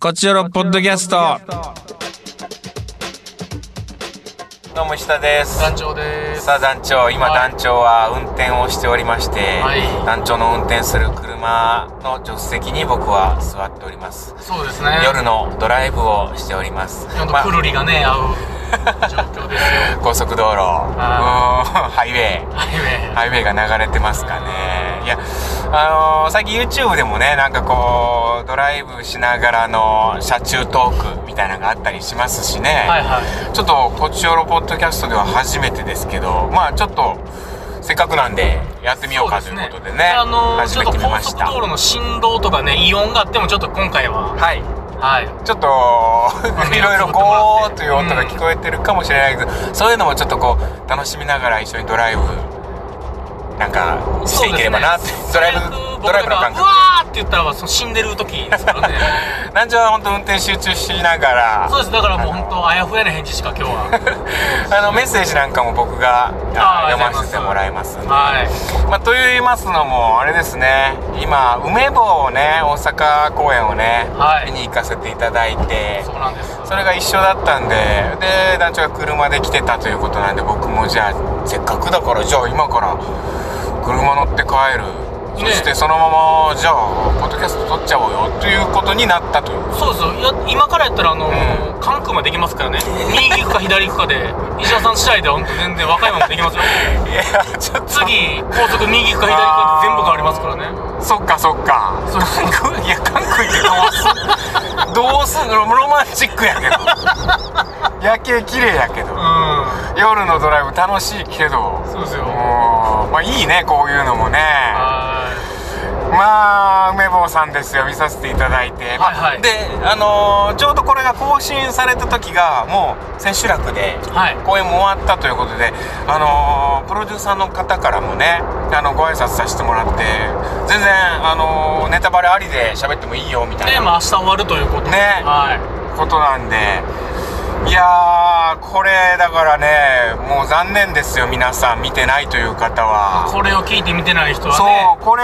こちらのポッドキャスト。どうも下です。団長です。さあ団長、今はい団長は運転をしておりまして、はい団長の運転する車の助手席に僕は座っております。そうですね。夜のドライブをしております。ちょっとまあくるりが ね、合う状況ですよ。高速道路、うーんハイウェイ。 ハイウェイ。ハイウェイが流れてますかね。いや、あのー最近 YouTube でもね、なんかこう、ドライブしながらの車中トークみたいなのがあったりしますしね。はいはい。ちょっと、こっちよろポッドキャストでは初めてですけど、まあちょっと、せっかくなんで、やってみようかということでね。あのー、始ちょっめとてみ高まし速た。道路の振動とかね、異音があっても、ちょっと今回は、はい。はい。ちょっ と、いろいろゴーという音が聞こえてるかもしれないけど、そういうのもちょっとこう、楽しみながら一緒にドライブ、なんか、していければなって、ドライブ、ドライブの感う覚わ。ーって言ったら、その死んでる時ですからね。 南條は本当運転集中しながらそうです。だからもう本当、あやふやな返事しか今日は。 あのメッセージなんかも僕がああー読ませてもらいますんではい。まあ、と言いますのもあれですね今梅坊をね大阪公演をね、はい見に行かせていただいてそうなんです。それが一緒だったんでで団長が車で来てたということなんで僕もじゃあせっかくだからじゃあ今から車乗って帰る、そねしてそのままじゃあポッドキャスト撮っちゃおうよということになったというそうですよいや今からやったらあのー関空まで行きますからね右行くか左行くか で石田さん次第では本当全然若いままできますよいやちょっと次高速右行くか左行くかで全部変わりますからねそっかそっか そうそう韓国いや韓国ってどうすどうすんのロマンチックやけど 夜景綺麗やけど、う夜のドライブ楽しいけどんそうですようんまあいいねこういうのもねはまあ梅坊さんですよ見させていただいて、まあはいはいであのーちょうどこれが更新された時がもう千秋楽でいはい公演も終わったということで、あのープロデューサーの方からもねあのご挨拶させてもらって全然、あのーネタバレありで喋ってもいいよみたいでなまあ明日終わるということでねはことなんでいやーこれだからねもう残念ですよ皆さん見てないという方いは。これを聞いて見てない人はそねうこれ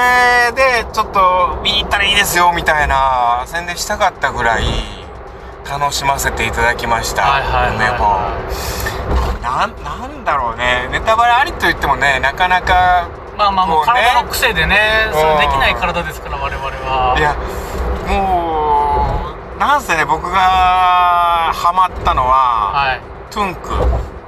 でちょっと見に行ったらいいですよみたいな宣伝したかったぐらい楽しませていただきました、はいはいはい梅坊はなんなんだろうねネタバレありと言ってもねなかなかいまあまあももううね体の癖でねうんそれできない体ですから我々はいやもうなんせね僕がハマったのは、はいトゥンク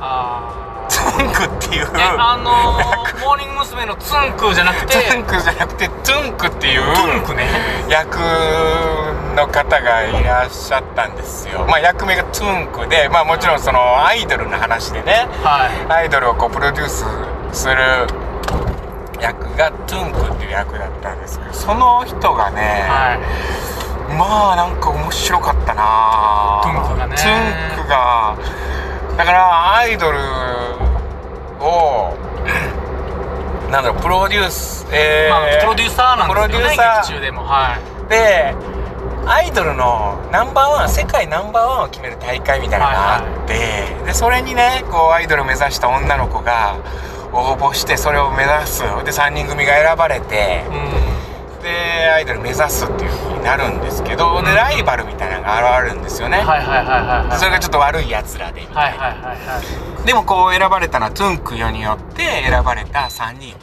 あ トゥンクっていうーえあのーモーニング娘。のツンクじゃなくトてゥンクじゃなくてトゥンクっていうトゥンクね役の方がいらっしゃったんですよ、まあ、役名がトゥンクで、まあ、もちろんそのアイドルの話でねはいアイドルをこうプロデュースする役がトゥンクっていう役だったんですけどその人がね、はまあなんか面白かったなトゥンクがねトゥンクがだからアイドルをなんだろうプロデュース、えーい。まあ、プロデューサーなんですプロよデュねーサー劇中でもはいでアイドルのナンバーワン世界ナンバーワンを決める大会みたいなのがあって、でそれにねこうアイドルを目指した女の子が応募してそれを目指すで3人組が選ばれてうんでアイドル目指すっていう風になるんですけど、でライバルみたいなのが現れるんですよね、はいはいはいはいはいそれがちょっと悪いやつらでみたはいいな、はいはいはいでもこう選ばれたのはトゥンクよによって選ばれた3人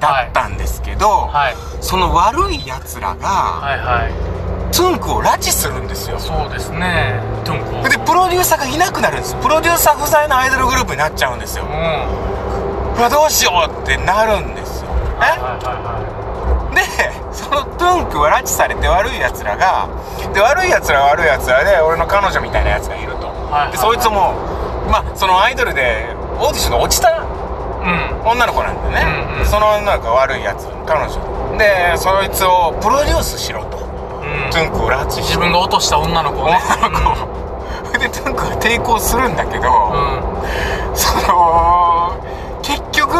だったんですけど、はいその悪いやつらがはいはいトゥンクを拉致するんですよそうですねトゥンコでプロデューサーがいなくなるんですプロデューサー不在のアイドルグループになっちゃうんですようんはうわどうしようってなるんですよいはいはでそのトゥンクは拉致されて悪いやつらがで悪いやつらは悪いやつらで俺の彼女みたいなやつがいると、いはいでそいつもまあそのアイドルでオーディションで落ちたい女の子なんだよね、うんうんその女の子が悪いやつ彼女でそいつをプロデュースしろと、うん、うんトゥンクを拉致し自ろ分が落とした女の子をね女の子をでトゥンクは抵抗するんだけど、うその結局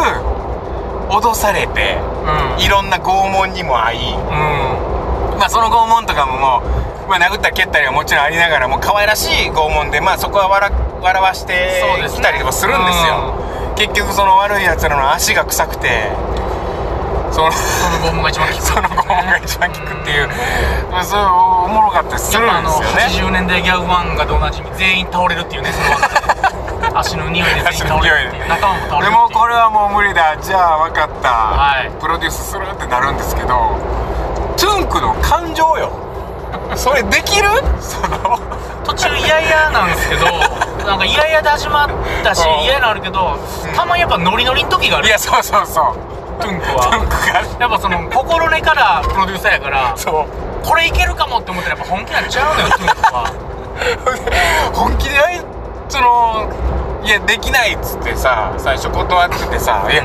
脅されてんうんいろんな拷問にも遭いうんまあその拷問とかももう、まあ、殴ったり蹴ったりはもちろんありながらもう可愛らしい拷問でまあそこは笑笑わしてそうですねきたりとかするんですよ結局その悪いやつらの足が臭くてそのその拷問が一番効く、ね、その拷問が一番効くっていう、まあ、それおもろかったりすやるっぱあんでのすよね80年代ギャグ漫画でおなじみ全員倒れるっていうねその技足の匂いで全員倒れるっていう仲間も倒俺れるっもていうこれはもう無理だじゃあ分かった、はいプロデュースするってなるんですけどトゥンクの感情よそれできるその途中嫌々なんで すけどなんか嫌々で始まったしうん嫌なのあるけどたまにやっぱノリノリの時があいるやそうそうそうトゥンクトゥンはクがやっぱその心根からプロデューサーやからそうこれいけるかもって思ったらやっぱ本気になっちゃうのよトゥンクは 本気であいそのいやできないっつってさ最初断っててさ「いや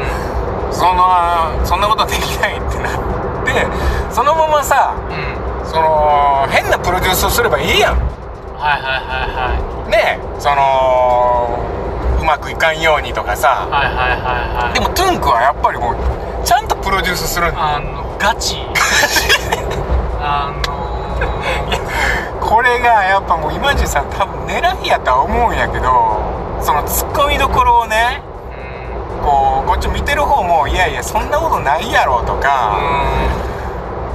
そのそんなことできない」ってなってそのままさうんその変なプロデュースをすればいいやんはいはいはいはいねそのうまくいかんようにとかさはいはいはいはいでもトゥンクはやっぱりもうちゃんとプロデュースするんだあのガチあのこれがやっぱもう今治さん多分狙いやとは思うんやけどそのツッコミどころをねーこうこっち見てる方もいやいやそんなことないやろとか、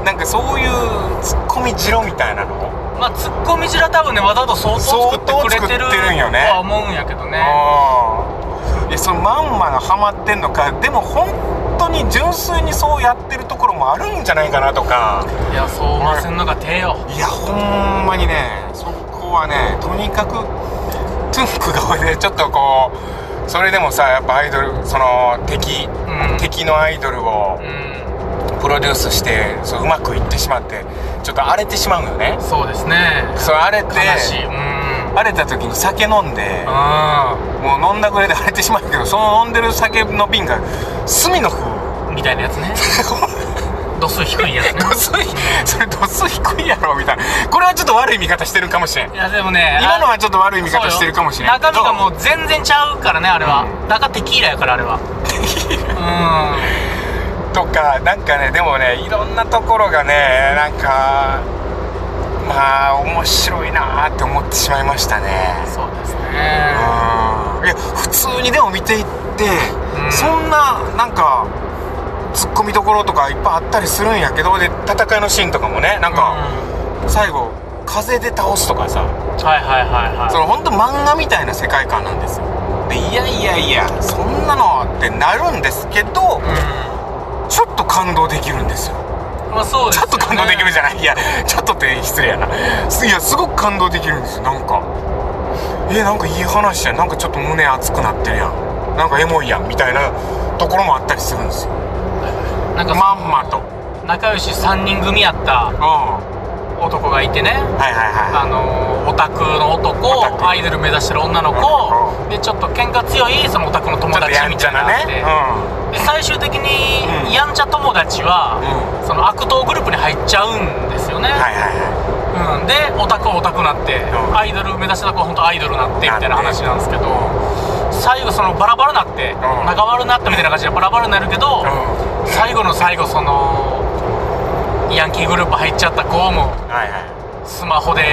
うなんかそういうツッコミじろみたいなのを、んまあツッコミじら多分ねわざと相当作ってくれてる相当作ってるんよねとは思うんやけどねうんいやそのまんまのハマってんのかでも本当に純粋にそうやってるところもあるんじゃないかなとかいやそう思わせんのが手よいやほんまにねそこはねとにかくトゥンクが俺ねちょっとこうそれでもさやっぱアイドルその敵うん敵のアイドルをうんプロデュースしてそううまくいってしまってちょっと荒れてしまうのよねそうですねそう荒れて悲しいうん荒れた時に酒飲んでうもう飲んだぐらいで荒れてしまうけどその飲んでる酒の瓶が隅の風んみたいなやつね 度数低いやつね度数低いそれ度数低いやろみたいなこれはちょっと悪い見方してるかもしれん いやでもね今のあはちょっと悪い見方してるかもしれんけど中身がもう全然ちゃうからねあれは中テキーラやからあれはテキーラうんとかなんかねでもねいろんなところがねなんかまあ面白いなーって思ってしまいましたねそうですねうんいや普通にでも見ていって、うんそんななんかツッコミどころとかいっぱいあったりするんやけどで戦いのシーンとかもねなんかは最後風で倒すとかさいはいはいはいその本当漫画みたいな世界観なんですよでいやいやいやそんなのってなるんですけどうちょっと感動できるんですよんまあそうです ちょよっと感動できるじゃないいやちょっとって失礼やないやすごく感動できるんですよなんかえなんかいい話やんなんかちょっと胸熱くなってるやんなんかエモいやんみたいなところもあったりするんですよなんかまんまとうん仲良し3人組やったは男がいてねいはいはあのーオタクのオタク男アイドル目指してる女のう子でちょっと喧嘩強いそのオタクのい友ちょっと達やんみちたゃいななのねうがあってで最終的うんにやんちゃ友達んはうんその悪党グループに入っちゃうんですよねはいはいうん、でオタクはオタクになって、うんアイドル目指した子は本当アイドルになってみたいななって話なんですけど最後そのバラバラになって、ん仲悪になったみたいな感じでバラバラになるけど、は最後の最後そのヤンキーグループ入っちゃった子もいはいはスマホ で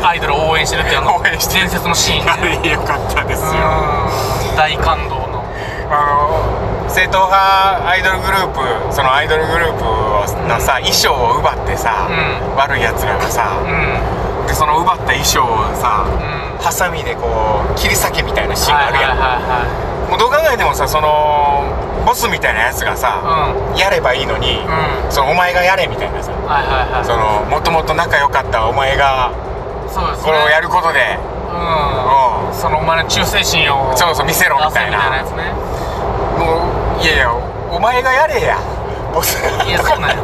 アイドルを応援してるっていうあの応援してる伝説のシー ンいあれよかったですようん大感動のあの正統派アイドルグループそのアイドルグループをのさ衣装を奪ってさ、う悪いやつらがさ、うんでその奪った衣装をさうんハサミでこう切り裂けみたいなシーンがあるやん、はもうどう考えてもさそのボスみたいなやつがいはいさ、はいうんやればいいのに、うそのお前がやれみたいなさんはいはいはいそのもともと仲良かったお前がそうですねこれをやることで、うんそのお前の忠誠心をそうそう見せろみたいな出せみたいなやもういやいやお前がやれやボスがつねいやそうなんよ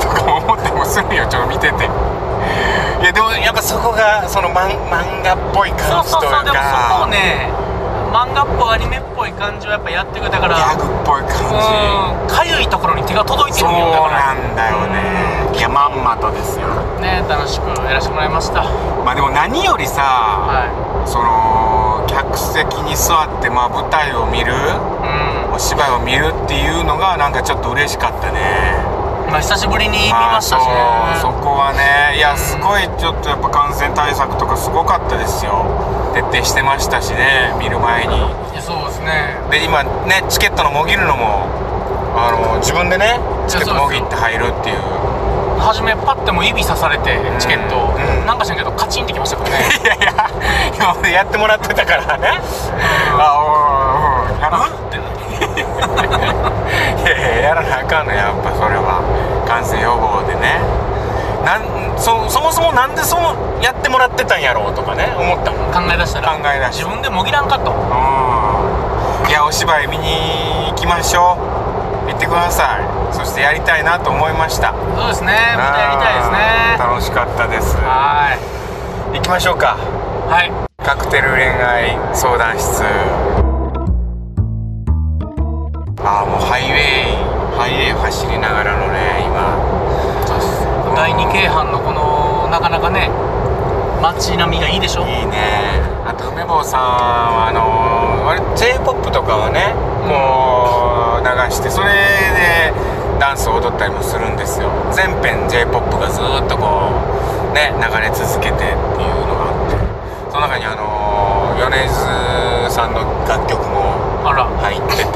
とか思ってもするよちょっと見てていやでもやっぱそこがそのマン漫画っぽいそ感うじそうといそううでもそかこをね漫画っぽいアニメっぽい感じはやっぱやってくれたからギャグっぽい感うんかゆいところに手が届いじてそるうんよだなからんだよねいやまんまとですよね楽しくやらせてもらいましたはまあでも何よりさいその客席に座ってまあ舞台を見るうんお芝居を見るっていうのがなんかちょっと嬉しかったねまあ久しぶりに見ましたしねあーそうそこはねいやすごいちょっとやっぱ感染対策とかすごかったですよ徹底してましたしね見る前にいやそうですねで今ねチケットのもぎるのもあの自分でねチケットもぎって入るっていう初めパッてもう指さされてチケットを、うんなんか知らんけどカチンってきましたから ねいやいや今までやってもらってたからねあおーおーおーやらうんっていやいややらなあかんのやっぱそれは感染予防でねなんそそもそもなんでそうやってもらってたんやろうとかね思ったもん考え出したら考え出して自分でもぎらんかとうんいやお芝居見に行きましょう行ってくださいそしてやりたいなと思いましたそうですねまたやりたいですね楽しかったですは行きましょうかーいはいカクテル恋愛相談室ああもうハイウェイハイウェイを走りながらのね今第二京阪のこのなかなかね街並みがいいでしょいいねあと梅坊さんはあの割と j p o p とかはねもう流してそれでダンスを踊ったりもするんですよ全編 j p o p がずーっとこうね流れ続けてっていうのがあってその中にあの米津さんの楽曲もあら入ってて、う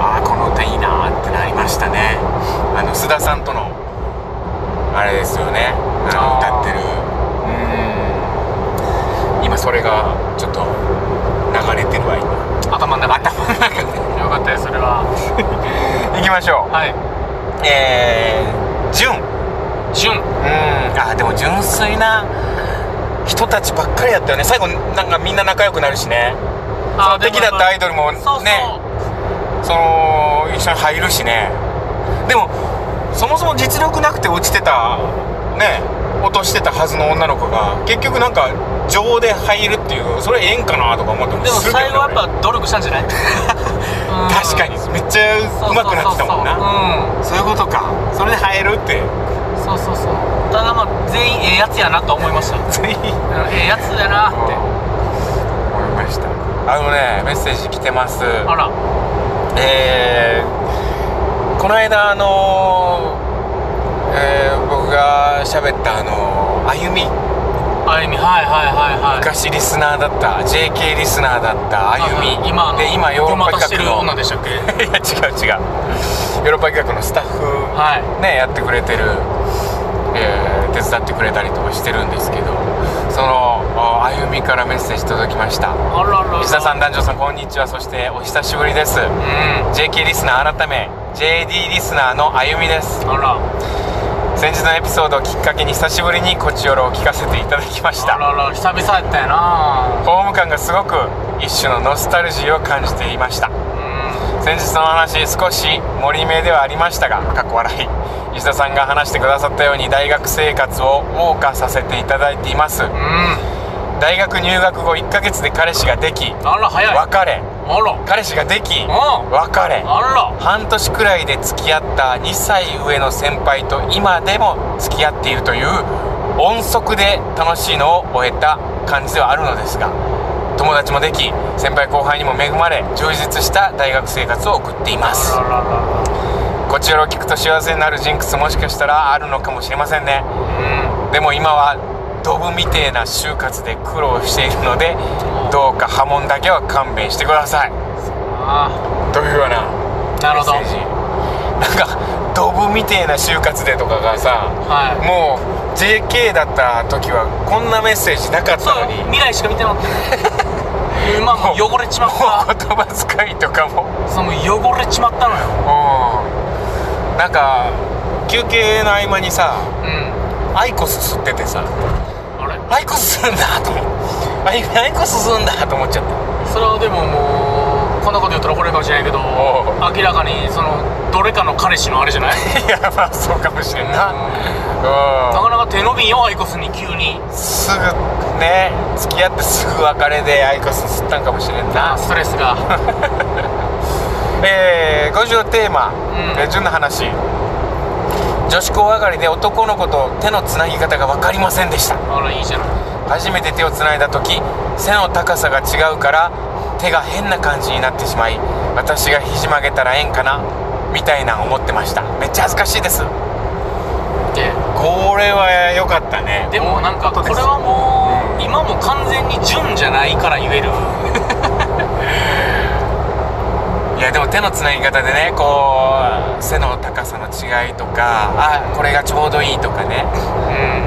ああこの歌いいなーってなりましたねあの須田さんとのあれですよねあのあー歌ってるうーん今それがちょっと流れてるわ 今ん頭の中頭の中でよかったよそれは行きましょはい。うえー、純う純。ーんあーでも純粋な人たちばっかりやったよね最後なんかみんな仲良くなるしねあ敵だったアイドルもねそうそう。その一緒に入るしねでもそもそも実力なくて落ちてたね落としてたはずの女の子が結局なんか情で入るっていうそれええんかなとか思ったりでもするけどね最後はやっぱ努力したんじゃない？ 確かにめっちゃうまくなってたもんなな。そういうことかそれで入るって うん。そうそうそう。ただまあ全員ええやつやなと思いました。うん全員ええやつやなって。思いましたあのねメッセージ来てますあら。えーこの間あのーえー僕が喋ったあのー歩みあゆみはいはいはいはい。昔リスナーだった JK リスナーだった歩み今あので今ヨーロッパごまかして企る画女のでしたっけ？ いや違う違うヨーロッパ企画のスタッフはねやってくれてる、えー手伝ってくれたりとかしてるんですけどそのあ歩みからメッセージ届きましたい。あららら。石田さん男女さんこんにちはそしてお久しぶりですう JK リスナー改め JD リスナーのあゆみですん。あら。先日のエピソードをきっかけに久しぶりにこちよろを聞かせていただきましたあらら久々やったやな。ホーム感がすごく一種のノスタルジーを感じていましたうん。先日の話少し森目ではありましたが過去笑い石田さんが話してくださったように大学生活を謳歌させていただいていますうん。大学入学後1ヶ月で彼氏ができあら早い。あら。別れうん。彼氏ができあ別れら。半年くらいで付き合った2歳上の先輩と今でも付き合っているという音速で楽しいのを終えた感じではあるのですが友達もでき先輩後輩にも恵まれ充実した大学生活を送っていますあらららら。こちらを聞くと幸せになるジンクスもしかしたらあるのかもしれませんねうでも今はドブみてえな就活で苦労しているのでどうか波紋だけは勘弁してくださいんあというようなあなるほどメッセージなんかドブみてえな就活でとかがさはいもう JK だった時はこんなメッセージなかっそたうのに未来しか見てなかった 今もう汚れちまっもうた言葉遣いとかもその汚れちまったのようんなんか休憩の合間にさうんアイコス吸っててさあれアイコス吸うんだと思ってあいアイコス吸うんだと思っちゃったそれはでももうこんなこと言ったら怒られるかもしれないけどおう明らかにそのどれかの彼氏のあれじゃない いや まあそうかもしれんななうかなか手伸びんよアイコスに急んにすぐね付き合ってすぐ別れでアイコス吸ったんかもしれんなあストレスがえー、今週のテーマ、うんえー順の話女子校上がりで男の子と手のつなぎ方が分かりませんでした あらいいじゃない初めて手をつないだ時背の高さが違うから手が変な感じになってしまい私が肘曲げたらええんかなみたいな思ってましためっちゃ恥ずかしいですこでれは良かったねでもなんかこれはもう今も完全に純じゃないから言えるいやでも手のつなぎ方でねこう背の高さの違いとかあこれがちょうどいいとかね、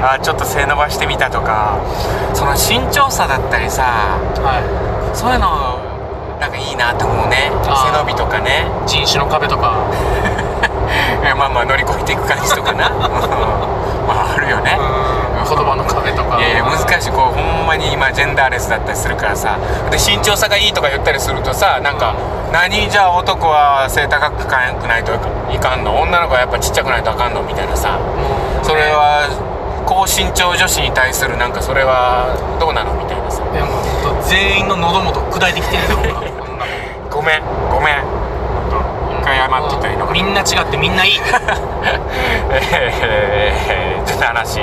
うん、あちょっと背伸ばしてみたとかその身長差だったりさはそういうのなんかいいなと思うねあー背伸びとかねい、人種の壁とか、いやまあまあ乗り越えていく感じとかな うんまああるよね、言葉の壁とかいやいや難しいこうほんまに今ジェンダーレスだったりするからさで身長差がいいとか言ったりするとさなんか何じゃあ男は背高くかんくないといかんの女の子はやっぱちっちゃくないとあかんのみたいなさそれは高身長女子に対するなんかそれはどうなのみたいなさいやもうほんと全員の喉元砕いてきてるよ僕はこんなごめんごめん一回謝っとったらいいのかなみんな違ってみんないいえー、ちょっと話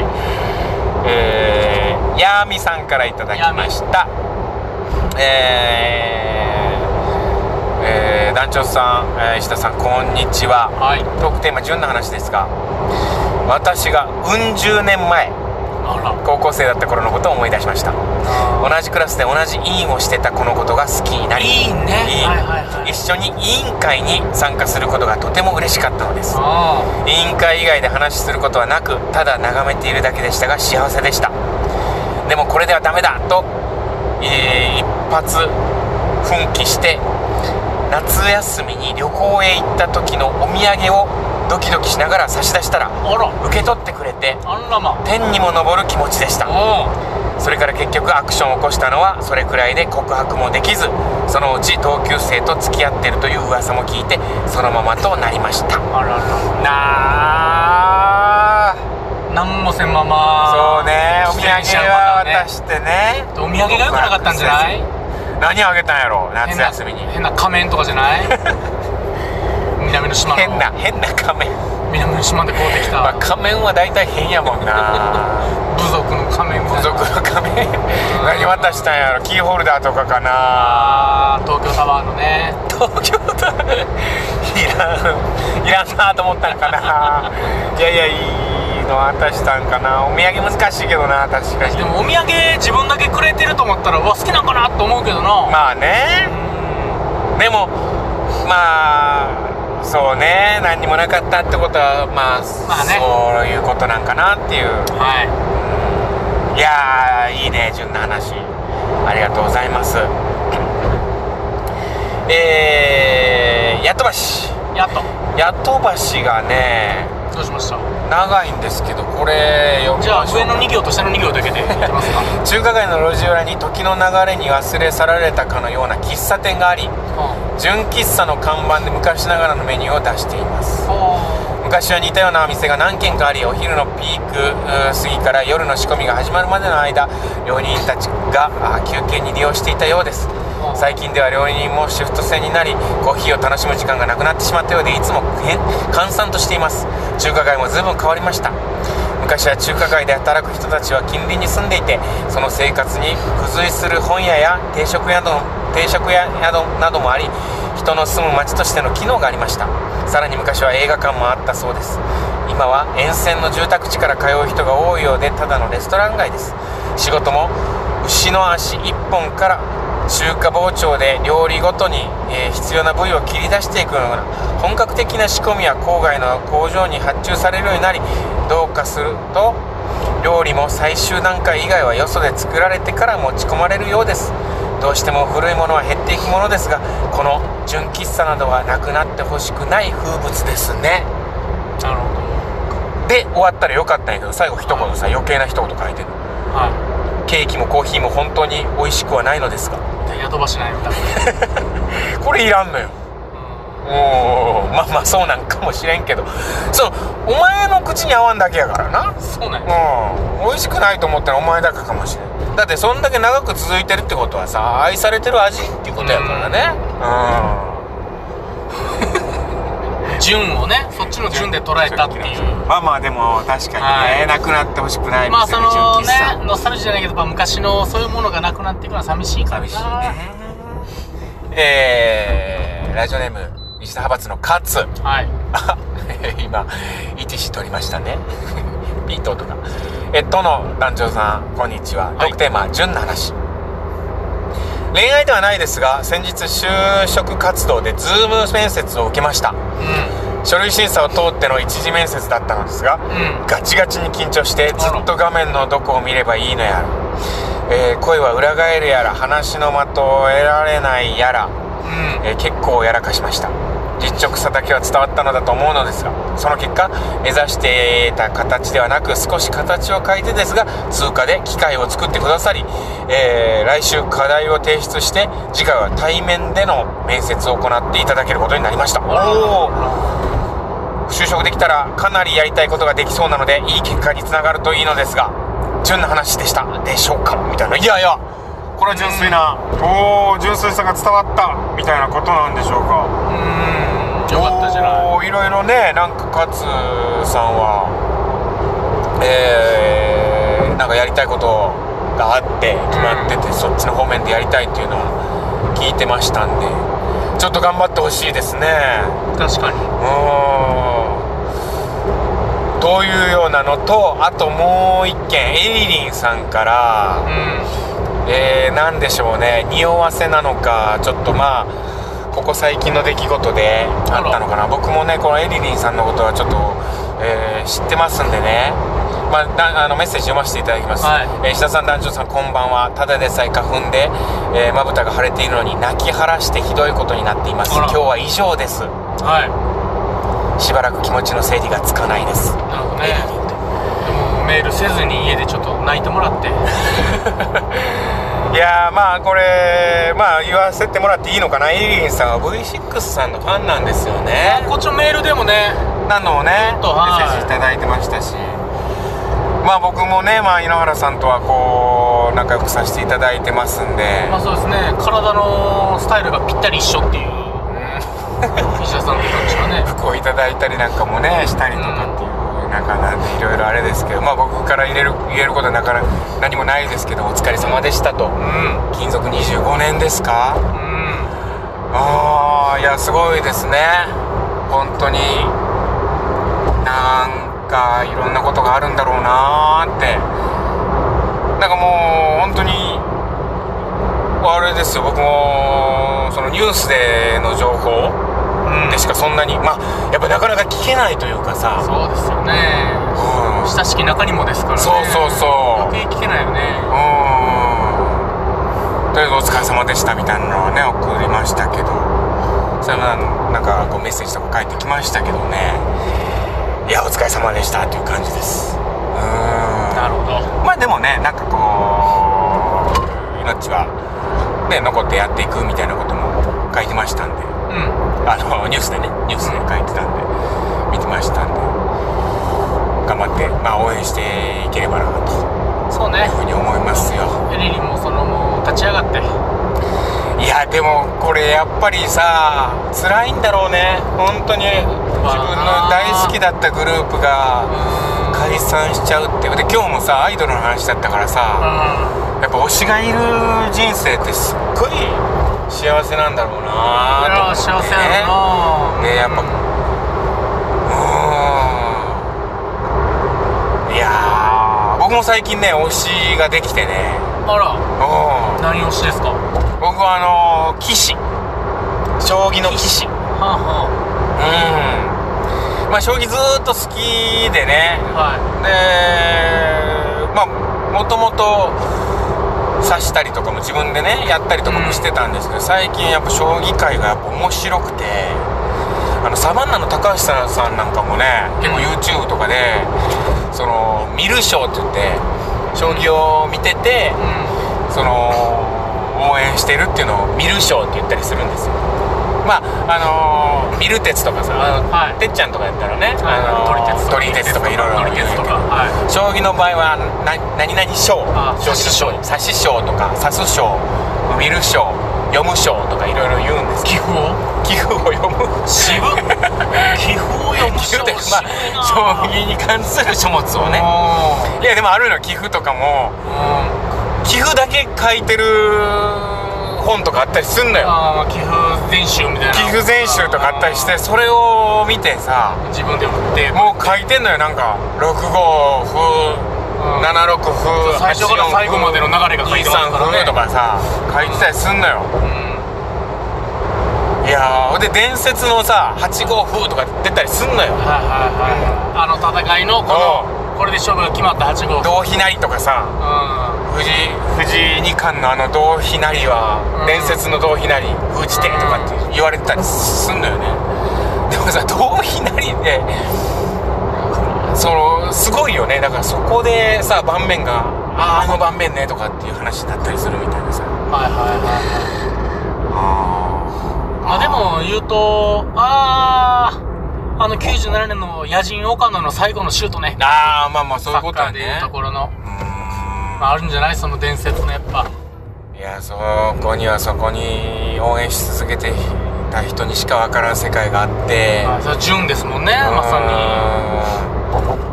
えー、ヤーミさんからいただきましたえーえー団長さん、えー石田さんこんにち ははいトークテーマ純な話ですが私がうん十年前あ高校生だった頃のことを思い出しました同らじクラスで同じ委員をしてた子のことが好きになりいいね委員はいはいはい一緒に委員会に参加することがとても嬉しかったのですあ委員会以外で話することはなくただ眺めているだけでしたが幸せでしたでもこれではダメだと、えー一発奮起して夏休みに旅行へ行った時のお土産をドキドキしながら差し出したらああら受け取ってくれてあらま天にも昇る気持ちでしたあそれから結局アクションを起こしたのはそれくらいで告白もできずそのうち同級生と付き合ってるという噂も聞いてそのままとなりましたあららなあなんもせんままそうねお土自産転車はまたね渡してねお土産が良くなかったんじゃない何あげたんやろ変夏な休みに変な仮面とかじ ゃない南の島の変な変な仮面南の島で買うてきまたあ仮面は大体変やもん な部族の仮面みた部いな族の仮面何渡したんやろキーホルダーとかかなあー東京タワーのね東京タワーいらんいらんなと思ったんかないやいやいいの渡したんかなお土産難しいけどな確かにでもお土産自分だけくれてると思ったらうわ好きなんかなと思うけどな、まあねでもまあそうね何にもなかったってことはまあ、まあねそういうことなんかなっていうはいやーいいね純な話ありがとうございますえー、やとばしいやっとやとばしがねどうしました長いんですけどこれ読みじゃまあしょ上うの2行と下の2行だけでいきます か中華街の路地裏に時の流れに忘れ去られたかのような喫茶店がありあ純喫茶の看板で昔ながらのメニューを出していますあ昔は似たようなお店が何軒かありお昼のピークうー過ぎから夜の仕込みが始まるまでの間料理人たちがあー休憩に利用していたようですあ最近では料理人もシフト制になりコーヒーを楽しむ時間がなくなってしまったようでいつも変閑散としています中華街も随分変わりました昔は中華街で働く人たちは近隣に住んでいてその生活に付随する本屋や定食屋の定食屋などなどもあり人の住む街としての機能がありましたさらに昔は映画館もあったそうです今は沿線の住宅地から通う人が多いようでただのレストラン街です仕事も牛の足1本から中華包丁で料理ごとに、えー必要な部位を切り出していくような本格的な仕込みは郊外の工場に発注されるようになりどうかすると料理も最終段階以外はよそで作られてから持ち込まれるようですどうしても古いものは減っていくものですがこの純喫茶などはなくなってほしくない風物ですねなるほどで終わったらよかったんやけど最後一言さ余計な一言書いてるはケーキもコーヒーも本当に美味しくはないのですがいで宿場しないみたいなこれいらんのよおーまあまあそうなんかもしれんけどそのお前の口に合わんだけやからなそうなんやうん美味しくないと思ったらお前だけかもしれんだってそんだけ長く続いてるってことはさ愛されてる味っていうことやからね順をねそっちの順で捉えたっていうまあまあでも確かにね、はいなくなってほしくないまあそ純の喫茶ねノスタルジーじゃないけどやっぱ昔のそういうものがなくなっていくのは寂しいからな寂しいねえー、ラジオネーム石田派閥の勝はいあ今 1C 取りましたね ビートとかえっとの団長さんこんにちは、はいトークテーマ「純な話」恋愛ではないですが先日就職活動で Zoom 面接を受けました書類審査を通っての一次面接だったのですが、うんガチガチに緊張してずあらっと画面のどこを見ればいいのやら、えー声は裏返るやら話の的を得られないやら、うんえー結構やらかしました実直さだけは伝わったのだと思うのですがその結果目指していた形ではなく少し形を変えてですが通過で機会を作ってくださり、えー来週課題を提出して次回は対面での面接を行っていただけることになりましたおー就職できたらかなりやりたいことができそうなのでいい結果につながるといいのですが純な話でしたでしょうかみたいないやいやこれは純粋なおお純粋さが伝わったみたいなことなんでしょうかうんよかったじゃないおーいろいろねなんか勝さんはえー、なんかやりたいことがあって決まってて、そっちの方面でやりたいっていうのは聞いてましたんでちょっと頑張ってほしいですね確かにうんというようなのとあともう一件エリリンさんから、うえー、何でしょうね匂わせなのかちょっとまあここ最近の出来事であったのかな僕もねこのエリリンさんのことはちょっと、えー知ってますんでねまあ、なあのメッセージ読ませていただきます、はいえー石田さん団長さんこんばんはただでさえ花粉でえーまぶたが腫れているのに泣き晴らしてひどいことになっています今あら日は以上ですんはしばらく気持ちの整理がつかないですいなるほどねでもメールせずに家でちょっと泣いてもらっていやーまあこれまあ言わせてもらっていいのかなエリリンさんは V6 さんのファンなんですよねこっちのメールでもねなのをねメとはいッセージいただいてましたしまあ僕もね、まあ、井ノ原さんとはこう仲良くさせていただいてますんで、まあそうですね体のスタイルがぴったり一緒っていう石田さんって感じがね服をいただいたりなんかもねしたりとかっていう中なんでいろいろあれですけどまあ僕から入れる言えることはなかなか何もないですけどお疲れ様でしたとうん勤続25年ですかうんああいやすごいですね本当になんかいろんなことがあるんだろうなーってなんかもう本当にあれですよ僕もそのニュースでの情報でしかそんなにまあやっぱなかなか聞けないというかさ、そうですよねうん、親しき中にもですからねそうそうそう余計聞けないよねうんとりあえずお疲れ様でしたみたいなのをね送りましたけどそれもなんかこうメッセージとか返ってきましたけどねいやお疲れ様でしたっていう感じですうんなるほどまあでもねなんかこう命はね残ってやっていくみたいなことも書いてましたんでうんあのニュースでねニュースで書いてたんで見てましたんで頑張ってまあ応援していければなとそうねいうふうに思いますよエリリンもそのもう立ち上がっていやでもこれやっぱりさ辛いんだろうね本当に自分の大好きだったグループが解散しちゃうってで今日もさアイドルの話だったからさうやっぱ推しがいる人生ってすっごい幸せなんだろうんいなやと思幸ってせやろなねねやっぱうんいやー僕も最近ね推しができてねあらうん何推しですかは僕はあの棋士将棋の棋士うんあはまあ将棋ずーっと好きでねあはでまあもともと指したりとかも自分でねやったりとかもしてたんですけど、最近やっぱ将棋界がやっぱ面白くてあのサバンナの高橋さんさんなんかもね結構 YouTube とかでその見る将って言って将棋を見てて、いうんその応援してるっていうのを見る賞って言ったりするんですよまああのー、見る鉄とかさあの、はいてっちゃんとかやったらね、あの鳥鉄とかいろいろ鳥鉄とかはい将棋の場合はな何々賞あ将棋の賞指し賞とか指す賞見る賞読む賞とかいろいろ言うんですけ寄付ど寄付をを読む渋寄付 を読む寄付賞ってま渋いあ将棋にな関する書物をねあいやでもあるの寄付とかもー寄付だけ書いてる本とかあったりすんのよあー寄付全集みたいな寄付全集とかあったりしてそれを見てさ自分で売ってもう書いてんのよなんか6号うん76風最初から最後までの流れが書いてますからね23風とかさ書いてたりすんのよ、いやーほんで伝説のさ8号風とか出たりすんのよはいはいはいあの戦いのこのこれで勝負が決まった8号胴ひなりとかさう藤井藤井二冠のあの胴ひなりは、うん伝説の胴ひなり封じ手とかって言われてたりすんのよねでもさ胴ひなりってそのすごいよねだからそこでさ盤面が「あああの盤面ね」とかっていう話になったりするみたいなさんはいはいはいはいあまあでも言うとあああの97年の野人岡野の最後のシュートねあまあまあそういうサこッとカはーでねいうところの、うーまあ、あるんじゃないその伝説のやっぱんいやそこにはそこに応援し続けてた人にしか分からん世界があって、まあそれは純ですもんねまさ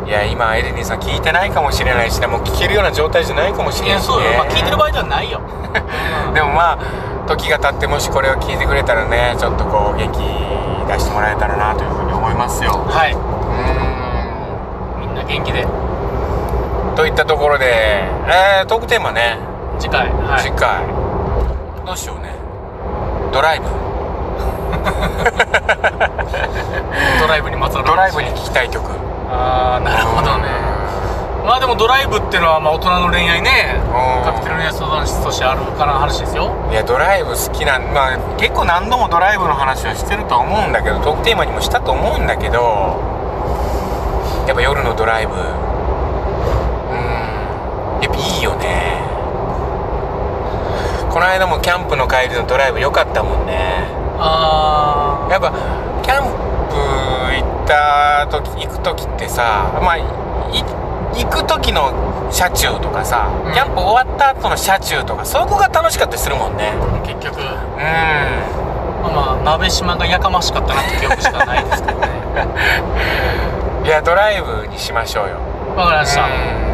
にいや今エレニーさん聞いてないかもしれないしねもう聞けるような状態じゃないかもしにいれないやし、ね、そうよ、まあ、聞いてる場合ではないよでもまあ時が経ってもしこれを聞いてくれたらねちょっとこう元気出してもらえたらなというふうに思いますよはいーうみんな元気でんといったところで、えー、トークテーマね、次回は次い回どうしようねドライブドライブにまつわるドライブにに聞きたい曲ああなるほどねまあでもドライブっていうのはまあ大人の恋愛ねうんカクテル恋愛相談室としてあるからの話ですよいやドライブ好きなんまあ結構何度もドライブの話はしてるとは思うんだけどトークテーマにもしたと思うんだけどやっぱ夜のドライブうんやっぱいいよねこの間もキャンプの帰りのドライブ良かったもんねあやっぱキャンプ行った時行く時ってさまあい行く時の車中とかさ、うんキャンプ終わった後の車中とかそこが楽しかったりするもんねあ結局うまんあまあ鍋島がやかましかったなって記憶しかないですけどねいやドライブにしましょうよわかりましたう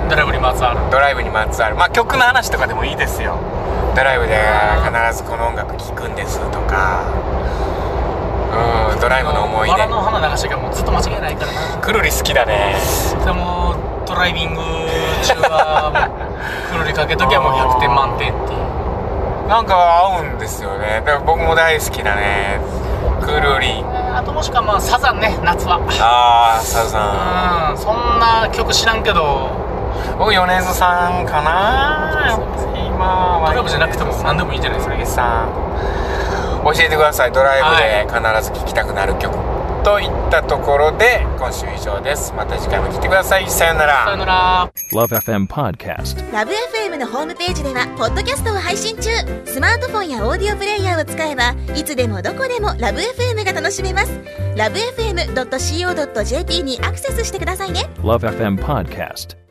んドライブにまつわるドライブにまつわるまあ曲の話とかでもいいですよドライブで必ずこの音楽聴くんですとかうんドライブの思いバラ出の花流してからもうずっと間違いないからなくるり好きだねでもドライビング中はもうくるりかけときはもう100点満点っていうなんか合うんですよねでも僕も大好きだねくるりあともしくはまあサザンね夏はああサザうんそんな曲知らんけどン僕米津さんかなやっぱり今はドライブじゃなくても何でもいいじゃないですか杉さん教えてくださいドライブで必ず聴きたくなる曲、といったところで今週以上ですまた次回も聴いてくださいさようならさよなら Love FM Podcast. ラブ f m のホームページではポッドキャストを配信中スマートフォンやオーディオプレイヤーを使えばいつでもどこでもラブ f m が楽しめますラブ FM.co.jp にアクセスしてくださいね Love FM Podcast.